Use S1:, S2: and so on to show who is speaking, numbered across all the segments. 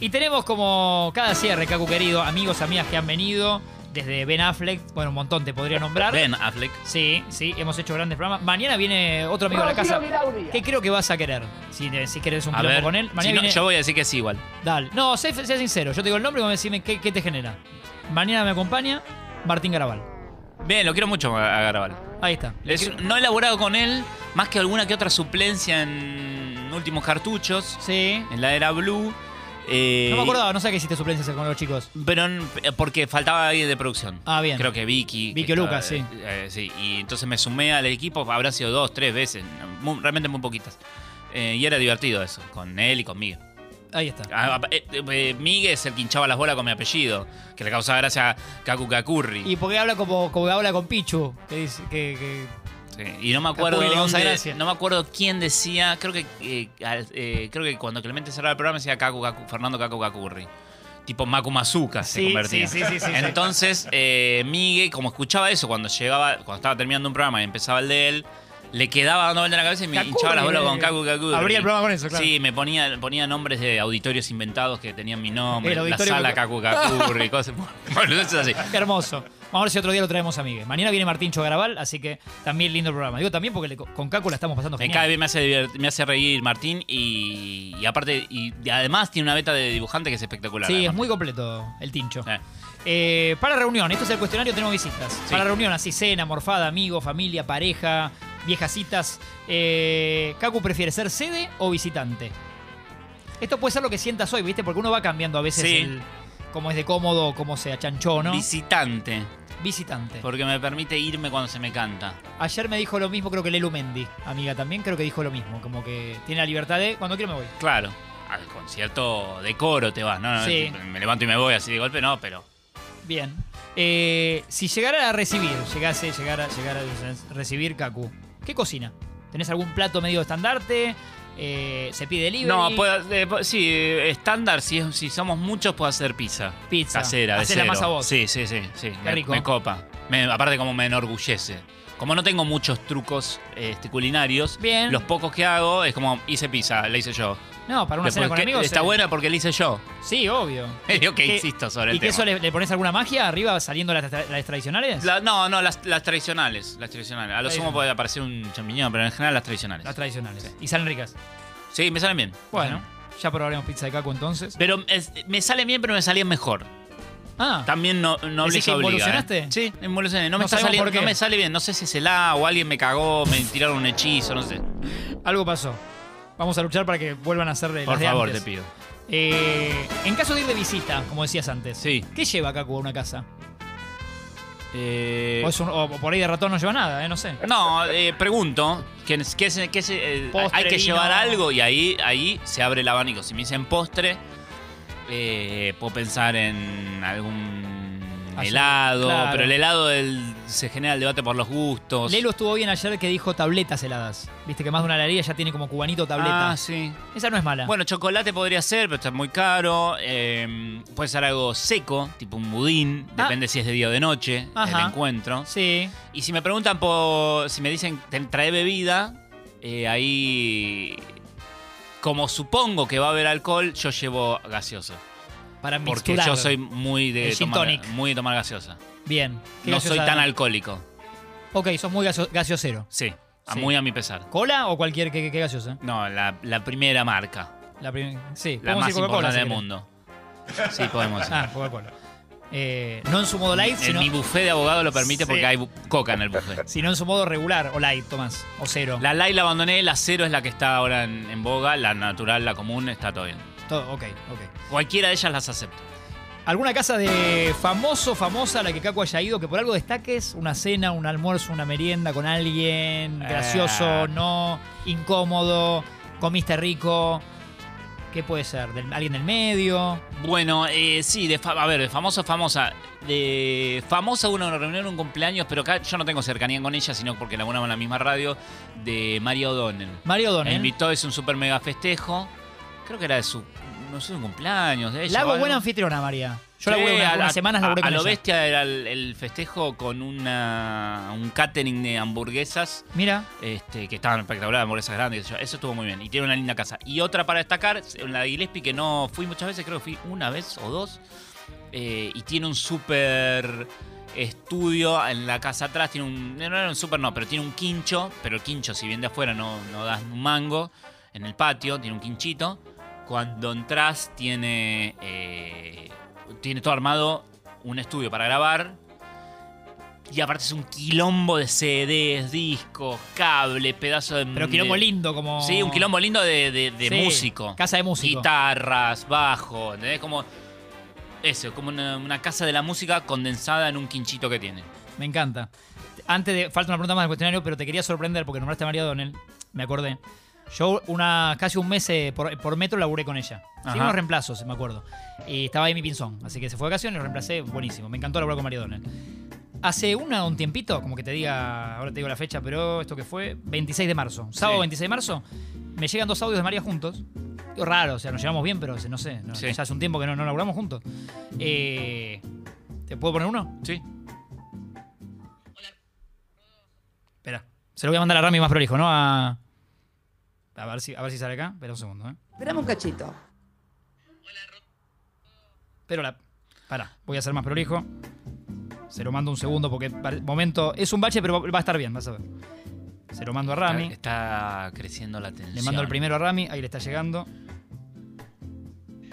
S1: Y tenemos como cada cierre, Cacu querido, amigos, amigas que han venido, desde Ben Affleck, bueno, un montón te podría nombrar.
S2: Ben Affleck.
S1: Sí, sí, hemos hecho grandes programas. Mañana viene otro amigo de la casa. ¿Qué creo que vas a querer? Si, si querés un
S2: A
S1: piropo
S2: ver,
S1: con él. Mañana
S2: si no,
S1: viene.
S2: yo voy a decir que sí igual.
S1: Dale. No, sé, sé sincero. Yo te digo el nombre y vos me decime qué, qué te genera. Mañana me acompaña Martín Garabal.
S2: Bien, lo quiero mucho a a Garabal.
S1: Ahí está. Le
S2: Es-
S1: quiero-
S2: no he elaborado con él más que alguna que otra suplencia en últimos cartuchos,
S1: Sí.
S2: en la era Blue. eh,
S1: No me acordaba, no sé qué hiciste suplencias con los chicos.
S2: Pero n- eh, porque faltaba alguien de producción.
S1: Ah, bien.
S2: Creo que Vicky.
S1: Vicky
S2: que
S1: o Lucas, sí.
S2: eh, sí, y entonces me sumé al equipo, habrá sido dos, tres veces, muy- realmente muy poquitas. Eh, y era divertido eso, con él y con Miguel.
S1: Ahí está.
S2: Ah, ah, eh, eh, Miguel es el que hinchaba las bolas con mi apellido, que le causaba gracia a Kaku Kakurri.
S1: Y porque habla como, como habla con Pichu, que dice que, que-
S2: Sí, y no me acuerdo
S1: Capulli le causa
S2: dónde-
S1: gracia.
S2: no me acuerdo quién decía, creo que eh, al- eh, creo que cuando Clemente cerraba el programa decía Kaku Kaku- Fernando Kaku Kakurri. Tipo Macu Mazuka se
S1: Sí,
S2: convertía.
S1: sí, sí, sí, sí, sí.
S2: Entonces, eh, Migue, como escuchaba eso cuando llegaba, cuando estaba terminando un programa y empezaba el de él, le quedaba dando vuelta en la cabeza y me
S1: Kakurri,
S2: hinchaba las bolas
S1: eh,
S2: con Kaku Kakurri.
S1: abría el programa con eso, claro.
S2: Sí, me ponía, ponía nombres de auditorios inventados que tenían mi nombre,
S1: El
S2: la
S1: auditorio
S2: sala
S1: que-
S2: Kaku Kakurri, cosas. Bueno, eso es así.
S1: qué hermoso. Vamos a ver si otro día lo traemos a Miguel. Mañana viene Martín Garabal, así que también lindo programa. Digo también porque le- con Cacu la estamos pasando
S2: Me
S1: genial.
S2: cae bien, me hace, divert- me hace reír Martín y, y aparte, y, y además tiene una beta de dibujante que es espectacular.
S1: Sí, es
S2: además.
S1: muy completo el tincho.
S2: Eh,
S1: Eh, para reunión, esto es el cuestionario, tenemos visitas.
S2: Sí.
S1: Para reunión, así cena, morfada, amigo, familia, pareja, viejas citas. Eh, Cacu prefiere ser sede o visitante. Esto puede ser lo que sientas hoy, ¿viste? Porque uno va cambiando a veces
S2: Sí.
S1: el- cómo es de cómodo, cómo se achanchó, ¿no?
S2: Visitante,
S1: visitante.
S2: porque me permite irme cuando se me canta.
S1: Ayer me dijo lo mismo, creo que Lelu Mendy, amiga también, creo que dijo lo mismo. Como que tiene la libertad de cuando quiero me voy.
S2: Claro, al concierto de coro te vas, ¿no?
S1: Sí.
S2: Me levanto y me voy así de golpe, no, pero
S1: Bien. Eh, si llegara a recibir, llegase, llegara, llegara a recibir Kaku, ¿qué cocina? ¿Tenés algún plato medio estandarte? Eh, ¿Se pide libre?
S2: No, puedo- eh, po- sí, eh, estándar, si, es- si somos muchos puedo hacer pizza.
S1: Pizza.
S2: Casera, de
S1: Hacés la
S2: cero.
S1: masa vos.
S2: Sí, sí, sí. sí. Me,
S1: rico.
S2: me copa. Me- aparte como me enorgullece. Como no tengo muchos trucos este, culinarios,
S1: Bien.
S2: los pocos que hago es como hice pizza, la hice yo.
S1: No, para una
S2: Después,
S1: cena con
S2: ¿qué-
S1: amigos.
S2: Está
S1: eh,
S2: buena porque la hice yo.
S1: Sí, obvio.
S2: Yo que
S1: ¿Qué-
S2: insisto sobre el
S1: ¿Y que
S2: tema.
S1: eso le, le pones alguna magia arriba saliendo las, tra- las tradicionales?
S2: La- no, no, las, las tradicionales. Las tradicionales. A lo sumo
S1: Tradicional.
S2: puede aparecer un champiñón, pero en general las tradicionales.
S1: Las tradicionales. Y salen ricas.
S2: sí, me salen bien.
S1: Bueno, ya probaremos pizza de Kaku entonces.
S2: Pero es- me salen bien, pero me salían mejor.
S1: Ah,
S2: También no, no
S1: ¿Decís
S2: les
S1: que
S2: obliga.
S1: involucionaste?
S2: ¿eh? Sí, involucioné. No,
S1: No
S2: me está
S1: sabemos
S2: saliendo-
S1: por qué.
S2: no me sale bien. No sé si es el A o alguien me cagó, me tiraron un hechizo, no sé.
S1: algo pasó. Vamos a luchar para que vuelvan a hacer de las
S2: Por
S1: de
S2: favor,
S1: antes.
S2: te pido.
S1: Eh, en caso de ir de visita, como decías antes,
S2: Sí.
S1: ¿qué lleva Kaku a una casa?
S2: Eh,
S1: O, es un- o por ahí de ratón no lleva nada, eh, no sé.
S2: no, eh, pregunto. ¿qué, es- qué es- qué es, eh,
S1: Postre,
S2: hay que
S1: vino.
S2: llevar algo y ahí, ahí se abre el abanico. Si me dicen postre, eh, puedo pensar en algún
S1: Azul,
S2: helado.
S1: claro.
S2: Pero el helado el- se genera el debate por los gustos.
S1: Lelo estuvo bien ayer que dijo tabletas heladas. Viste que más de una heladería ya tiene como cubanito tableta.
S2: Ah, sí.
S1: Esa no es mala.
S2: Bueno, chocolate podría ser, pero está muy caro. Eh, puede ser algo seco, tipo un budín.
S1: Ah.
S2: Depende si es de día o de noche,
S1: Ajá.
S2: el encuentro.
S1: sí.
S2: Y si me preguntan por. Si me dicen, "Te- trae bebida, eh, ahí. Como supongo que va a haber alcohol, yo llevo gaseosa.
S1: Para
S2: Porque
S1: mixturar.
S2: yo soy muy de,
S1: El gin
S2: tomar,
S1: tonic.
S2: muy de tomar gaseosa.
S1: Bien. ¿Qué
S2: No
S1: gaseosa?
S2: soy tan alcohólico.
S1: Ok, sos muy gaseo- gaseosero.
S2: Sí, a
S1: Sí.
S2: muy a mi pesar.
S1: ¿Cola o cualquier que, que- que gaseosa?
S2: No, la, la primera marca.
S1: La prim- Sí,
S2: La
S1: podemos
S2: más
S1: decir Coca-Cola.
S2: importante
S1: si
S2: del
S1: querés.
S2: mundo. Sí, podemos. decir.
S1: Ah, Coca-Cola. Eh, no en su modo light,
S2: En
S1: sino,
S2: mi buffet de abogado lo permite
S1: Sí.
S2: porque hay bu- coca en el buffet.
S1: sino en su modo regular o light, Tomás. O cero.
S2: La light la abandoné, la cero es la que está ahora en, en boga, la natural, la común, está todo bien.
S1: Todo, ok, ok.
S2: Cualquiera de ellas las acepto.
S1: ¿Alguna casa de famoso, famosa a la que Caco haya ido que por algo destaques? ¿Una cena, un almuerzo, una merienda con alguien? ¿Gracioso,
S2: Eh.
S1: no? ¿Incómodo? ¿Comiste rico? ¿Qué puede ser? ¿Del- ¿Alguien del medio?
S2: Bueno, eh, sí, de fa- a ver, de famosa, famosa. De famosa hubo una reunión, un cumpleaños, pero acá yo no tengo cercanía con ella, sino porque laburamos en la misma radio, de Mario O'Donnell.
S1: Mario
S2: Me
S1: O'Donnell.
S2: invitó, es un super mega festejo. Creo que era de su, no sé, un cumpleaños de ella.
S1: La
S2: o
S1: hago
S2: algo.
S1: buena anfitriona, María. Yo laburé una-
S2: a la-
S1: unas semanas
S2: a,
S1: laburé
S2: a
S1: con
S2: lo
S1: ella.
S2: bestia era el, el festejo con una, un catering de hamburguesas
S1: Mira,
S2: este, que estaban espectaculares, hamburguesas grandes. qué sé yo. Eso estuvo muy bien y tiene una linda casa. Y otra para destacar, la de Gillespie, que no fui muchas veces, creo que fui una vez o dos. eh, y tiene un súper estudio en la casa atrás. Tiene un. No era un súper, no, pero tiene un quincho. Pero el quincho, si bien de afuera no, no das un mango, en el patio tiene un quinchito. Cuando entras, tiene. eh, tiene todo armado un estudio para grabar. Y aparte es un quilombo de CDs, discos, cables, pedazo de.
S1: pero quilombo
S2: de-
S1: lindo como...
S2: Sí, un quilombo lindo de, de- de
S1: Mm. Sí,
S2: músico.
S1: Casa de músico.
S2: Guitarras, bajo, ¿entendés? Como. Eso, como una, una casa de la música condensada en un quinchito que tiene.
S1: Me encanta. Antes de. Falta una pregunta más del cuestionario, pero te quería sorprender porque nombraste a María Donel. Me acordé. Yo una, casi un mes eh, por, por metro laburé con ella.
S2: Ajá.
S1: Sí, unos reemplazos, me acuerdo. Y estaba ahí mi pinzón. Así que se fue de vacaciones, lo reemplacé. Buenísimo. Me encantó laburar con María Donel. Hace una, un tiempito, como que te diga, ahora te digo la fecha, pero esto que fue, 26 de marzo. Sábado
S2: Sí.
S1: 26 de marzo, me llegan dos audios de María juntos. Digo, Raro, o sea, nos llevamos bien, pero no sé. no-
S2: Sí.
S1: Ya hace un tiempo que no, no laburamos juntos. Eh, ¿Te puedo poner uno?
S2: Sí.
S1: Espera. Se lo voy a mandar a Rami más prolijo, ¿no? A, a, ver, si, a ver si sale acá. Espera un segundo, ¿eh?
S3: Esperame un cachito.
S1: Pero la. Pará, voy a hacer más prolijo. Se lo mando un segundo porque. pare- Momento. Es un bache, pero va va a estar bien, vas a ver. Se lo mando a Rami.
S2: Está, está creciendo la tensión.
S1: Le mando el primero a Rami. Ahí le está llegando.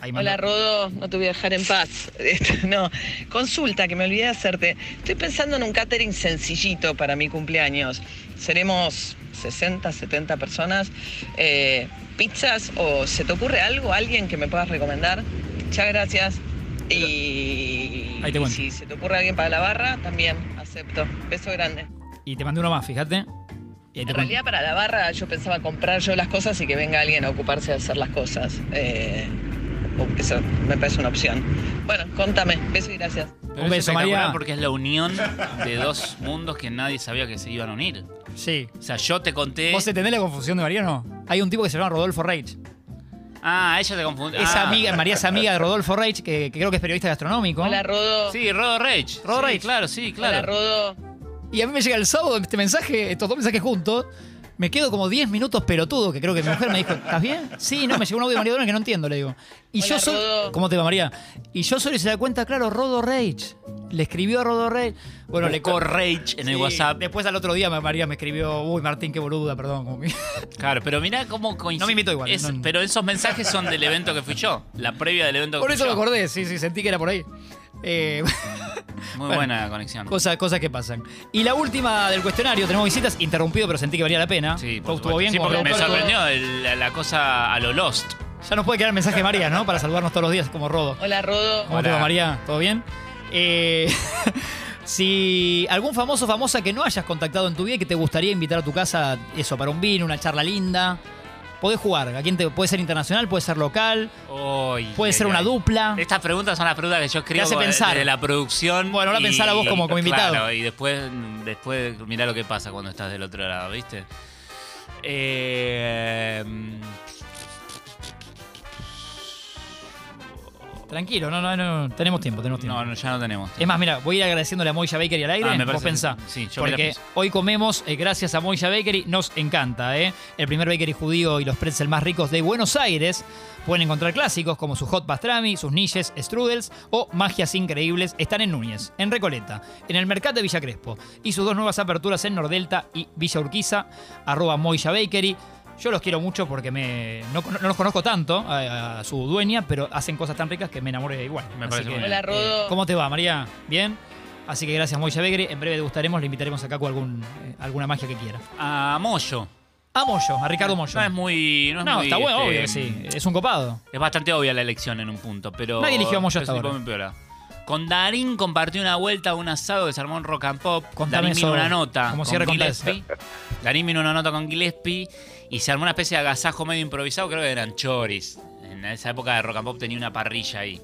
S1: Ahí mando-
S4: Hola Rodo, no te voy a dejar en paz. Este, No, consulta que me olvidé de hacerte. Estoy pensando en un catering sencillito para mi cumpleaños. Seremos 60, 70 personas. Eh, ¿Pizzas o se te ocurre algo, alguien que me puedas recomendar? Muchas gracias. Y
S1: Ahí te cuento.
S4: si se te ocurre alguien para la barra, también acepto. Beso grande.
S1: Y te mandé uno más, fíjate. Y ahí te
S4: En
S1: cuento.
S4: realidad para la barra yo pensaba comprar yo las cosas y que venga alguien a ocuparse de hacer las cosas. Eh, eso me parece una opción. Bueno, contame. Beso y gracias.
S2: Pero
S1: Un
S2: es
S1: beso,
S2: espectacular
S1: María.
S2: Porque es la unión de dos mundos que nadie sabía que se iban a unir.
S1: Sí.
S2: O sea, yo te conté.
S1: ¿Vos entendés la confusión de María o no? Hay un tipo que se llama Rodolfo Reich.
S2: Ah, ella te confundió.
S1: Es
S2: Ah.
S1: amiga, María es amiga de Rodolfo Reich, que, que creo que es periodista gastronómico.
S4: Hola Rodo.
S2: Sí, Rodo Rage.
S1: Rodo
S2: Sí,
S1: Reich.
S2: Claro, sí,
S4: Hola
S2: claro.
S4: Rodo.
S1: Y a mí me llega el sábado este mensaje, estos dos mensajes juntos. Me quedo como 10 minutos pelotudo, que creo que mi mujer me dijo, ¿estás bien? Sí, no, me llegó un audio de María Donel que no entiendo, le digo. Y
S4: Hola,
S1: yo soy.
S4: Rodo.
S1: ¿Cómo te va, María? Y yo solo se da cuenta, claro, Rodo Rage. Le escribió a Rodo Rage. Bueno, le
S2: Buscó
S1: corro
S2: Rage en el WhatsApp.
S1: Después al otro día me- María me escribió, uy, Martín, qué boluda, perdón. como que-
S2: Claro, pero mirá cómo coincide.
S1: No me invitó igual,
S2: Es-
S1: no-
S2: Pero esos mensajes son del evento que fui yo. La previa del evento que
S1: Por
S2: fui
S1: eso me
S2: yo.
S1: acordé, sí, sí, sentí que era por ahí. Eh,
S2: Muy
S1: Bueno.
S2: buena conexión.
S1: cosas, cosas que pasan. Y la última del cuestionario, tenemos visitas, interrumpido, pero sentí que valía la pena.
S2: Sí,
S1: Todo
S2: por
S1: estuvo
S2: supuesto.
S1: bien.
S2: Sí,
S1: como
S2: porque me
S1: productor, todo.
S2: sorprendió el- la, la cosa a lo Lost.
S1: Ya nos puede quedar el mensaje de María, ¿no? Para saludarnos todos los días como Rodo.
S4: Hola Rodo.
S1: ¿Cómo te
S2: Hola.
S1: va, María? ¿Todo bien? Eh, si algún famoso o famosa que no hayas contactado en tu vida y que te gustaría invitar a tu casa, eso, para un vino, una charla linda, podés jugar. ¿A quién te, puede ser internacional, puede ser local,
S2: Ay,
S1: puede
S2: ay,
S1: ser una
S2: ay.
S1: dupla.
S2: Estas preguntas son las preguntas que yo escribo
S1: hace
S2: de-
S1: pensar.
S2: de la producción.
S1: Bueno, ahora
S2: y-
S1: pensala vos como- como invitado.
S2: Claro, y después, después mirá lo que pasa cuando estás del otro lado, ¿viste? Eh,
S1: Tranquilo, no, no, no, no, tenemos tiempo, tenemos tiempo.
S2: no, no, ya no tenemos.
S1: Es más, mira, voy a ir agradeciéndole a Moya Bakery al aire.
S2: Ah, me
S1: Vos
S2: parece-
S1: pensá.
S2: sí, yo me la
S1: porque
S2: pienso.
S1: hoy comemos, eh, gracias a Moya Bakery, nos encanta, ¿eh? El primer bakery judío y los pretzel más ricos de Buenos Aires. Pueden encontrar clásicos como su hot pastrami, sus niches, strudels o magias increíbles. Están en Núñez, en Recoleta, en el Mercado de Villa Crespo. Y sus dos nuevas aperturas en Nordelta y Villa Urquiza, arroba Moya Bakery. Yo los quiero mucho porque me, no, no los conozco tanto a, a su dueña, pero hacen cosas tan ricas que me enamoré igual.
S2: Me
S1: Así
S2: parece
S1: que-
S2: muy bien.
S4: Hola Rodo.
S1: ¿Cómo te va, María? ¿Bien? Así que gracias, Moya Begre. En breve degustaremos, le invitaremos acá con algún, eh, alguna magia que quiera.
S2: A Ah, Moyo.
S1: A Moyo, a Ricardo Moyo.
S2: No es muy. No, es
S1: No,
S2: muy,
S1: está bueno,
S2: este,
S1: obvio que sí. Es un copado.
S2: Es bastante obvia la elección en un punto, pero.
S1: Nadie eligió a Moyo
S2: pero
S1: hasta
S2: sí,
S1: ahora.
S2: fue muy peor. Con Darín compartí una vuelta a un asado que se armó en Rock and Pop.
S1: Contame
S2: Darín vino
S1: eso.
S2: una nota.
S1: Como
S2: con
S1: cierre, contá eso.
S2: Gillespie. Darín vino una nota con Gillespie y se armó una especie de agasajo medio improvisado, creo que eran choris. En esa época de Rock and Pop tenía una parrilla ahí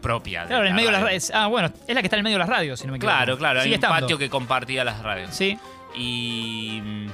S2: propia.
S1: Claro, en el medio de las
S2: radio.
S1: radios. Ah, bueno, es la que está en el medio de las radios, si no me equivoco.
S2: Claro, claro,
S1: Sigue
S2: hay un
S1: estando.
S2: patio que compartía las radios.
S1: Sí.
S2: Y. mm,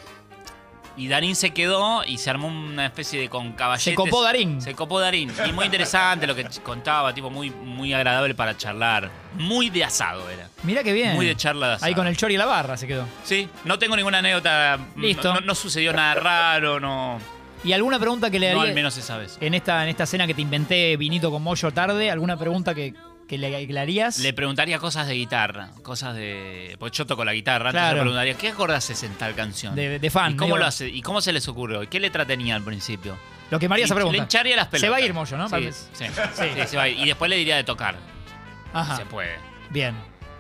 S2: Y Darín se quedó y se armó una especie de con caballetes.
S1: Se copó Darín.
S2: Se copó Darín. Y muy interesante lo que ch- contaba, tipo muy, muy agradable para charlar. Muy de asado era.
S1: Mirá que bien.
S2: Muy de charla de asado.
S1: Ahí con el chori y la barra se quedó.
S2: Sí, no tengo ninguna anécdota. mm,
S1: Listo.
S2: No, no sucedió nada raro, no.
S1: ¿Y alguna pregunta que le
S2: No,
S1: haría
S2: al menos esa vez.
S1: en esta, en esta cena que te inventé vinito con mollo tarde? ¿Alguna pregunta que, que le, que le harías?
S2: Le preguntaría cosas de guitarra, cosas de. Porque yo toco la guitarra,
S1: Claro.
S2: entonces le preguntaría, ¿qué acordás es en tal canción?
S1: De- de fan,
S2: ¿Y cómo,
S1: digo.
S2: lo hace? ¿Y cómo se les ocurrió? ¿Qué letra tenía al principio?
S1: Lo que María se
S2: Y Le
S1: pregunta.
S2: hincharía las pelotas.
S1: Se va a ir Moyo, ¿no?
S2: Sí,
S1: Parece.
S2: sí, sí, se va a ir. Y después le diría de tocar.
S1: Ajá.
S2: Se puede.
S1: Bien.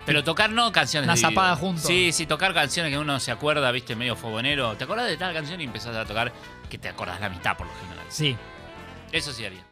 S2: Pero tocar no canciones
S1: Una
S2: de
S1: zapada
S2: vivo.
S1: juntos.
S2: Sí, sí, tocar canciones que uno se acuerda, viste, medio fogonero. ¿Te acordás de tal canción y empezás a tocar que te acordás la mitad por lo general?
S1: Sí.
S2: Eso sí haría.